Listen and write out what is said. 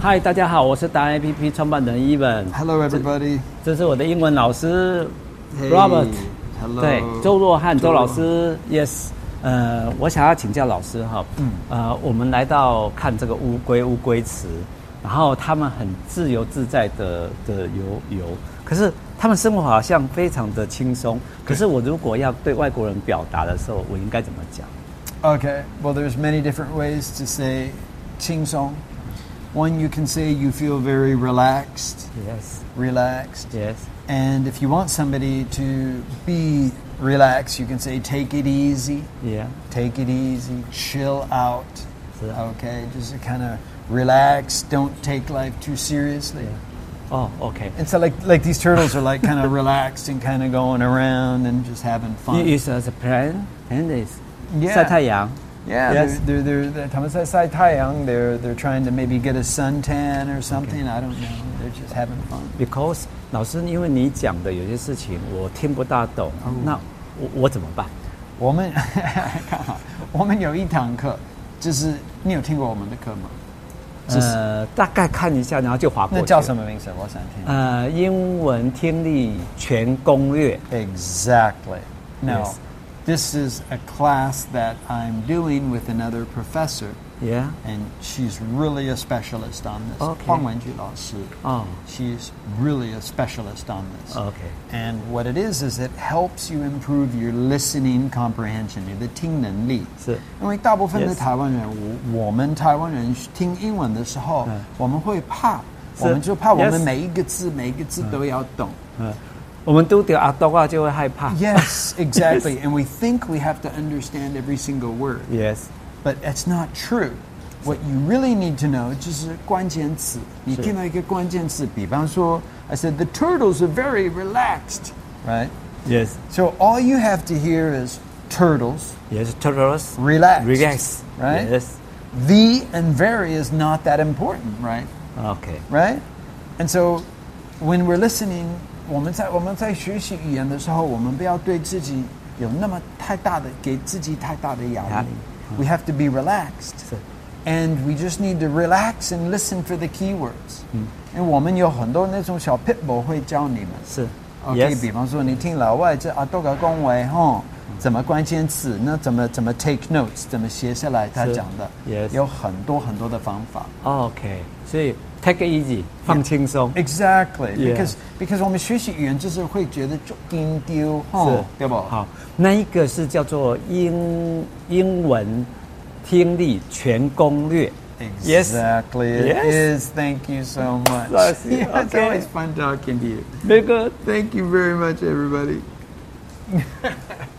嗨，大家好，我是达人 APP 创办人 Evan， Hello, everybody. 这是我的英文老师 Hey, Robert， hello 对，周若翰，周周若老师，Yes，呃，我想要请教老师哈，嗯，呃，我们来到看这个乌龟乌龟池，然后他们很自由自在的的游游，可是他们生活好像非常的轻松，可是我如果要对外国人表达的时候，我应该怎么讲？ Okay, well, there's many different ways to say ching song. One, you can say you feel very relaxed, Yes，Yes， relaxed. And if you want somebody to be relaxed, you can say take it easy, Yeah， take it easy, chill out. So- Okay, just kind of relax, don't take life too seriously. Yeah. 哦，OK。 And so, like, like these turtles are like kind of relaxed and kind of going around and just having fun. You use as a plan and it's Yeah. 晒太阳。 Yeah, Yes. they're, they're, they're, they're, 他们在晒太阳, they're, they're trying to maybe get a suntan or something. I don't know. They're just having fun. Because 老师，因为你讲的有些事情我听不大懂，哦那我我怎么办？ 我们-我们有一堂课，就是你有听过我们的课吗？就是-呃，大概看一下，然后就划过去。？那叫什么名字？我想听。呃，英文听力全攻略。 Exactly. Now, Yes. this is a class that I'm doing with another professor, Yeah. and she's really a specialist on this. Okay. Oh. 黄文菊老师。哦 She's really a specialist on this. ，OK。 And what it is is it helps you improve your listening comprehension, you the 听能力。是。因为大部分的 Yes. 台湾人，我我们台湾人听英文的时候，嗯。我们会怕，是。我们就怕我们 Yes. 每一个字每一个字都要懂。嗯，我们都得阿多话就会害怕。 Yes, exactly. And we think we have to understand every single word, Yes. but that's not true. What you really need to know 就是关键词。你听到一个关键词，比方说 I said the turtles are very relaxed, right? Yes. So all you have to hear is turtles, Yes. Turtles. relax, Relax. right? Yes. The and very is not that important, right? OK. Right? And so when we're listening, 我们在-我们在学习语言的时候，我们不要对自己有那么太大的-给自己太大的压力。We have to be relaxed. 是。 And we just need to relax and listen for the keywords. Mm. 因为我们有很多那种小 pitbull 会教你们。是。 OK，、 Yes. Mm. 比方说你听老外这阿多个恭维吼，怎么关键词？那怎么怎么 take notes？怎么写下来？他是讲的 Yes 有很多很多的方法。 OK。所以 take it easy，放轻松。 Exactly, Yeah because because 我们学习语言就是会觉得就丢丢是吼，对不？哦好，那一个是叫做英英文听力全攻略。 Exactly, it Yes. is. Thank you so much. Bless you. Yeah, It's Okay. always fun talking to you. Very good. Thank you very much, everybody.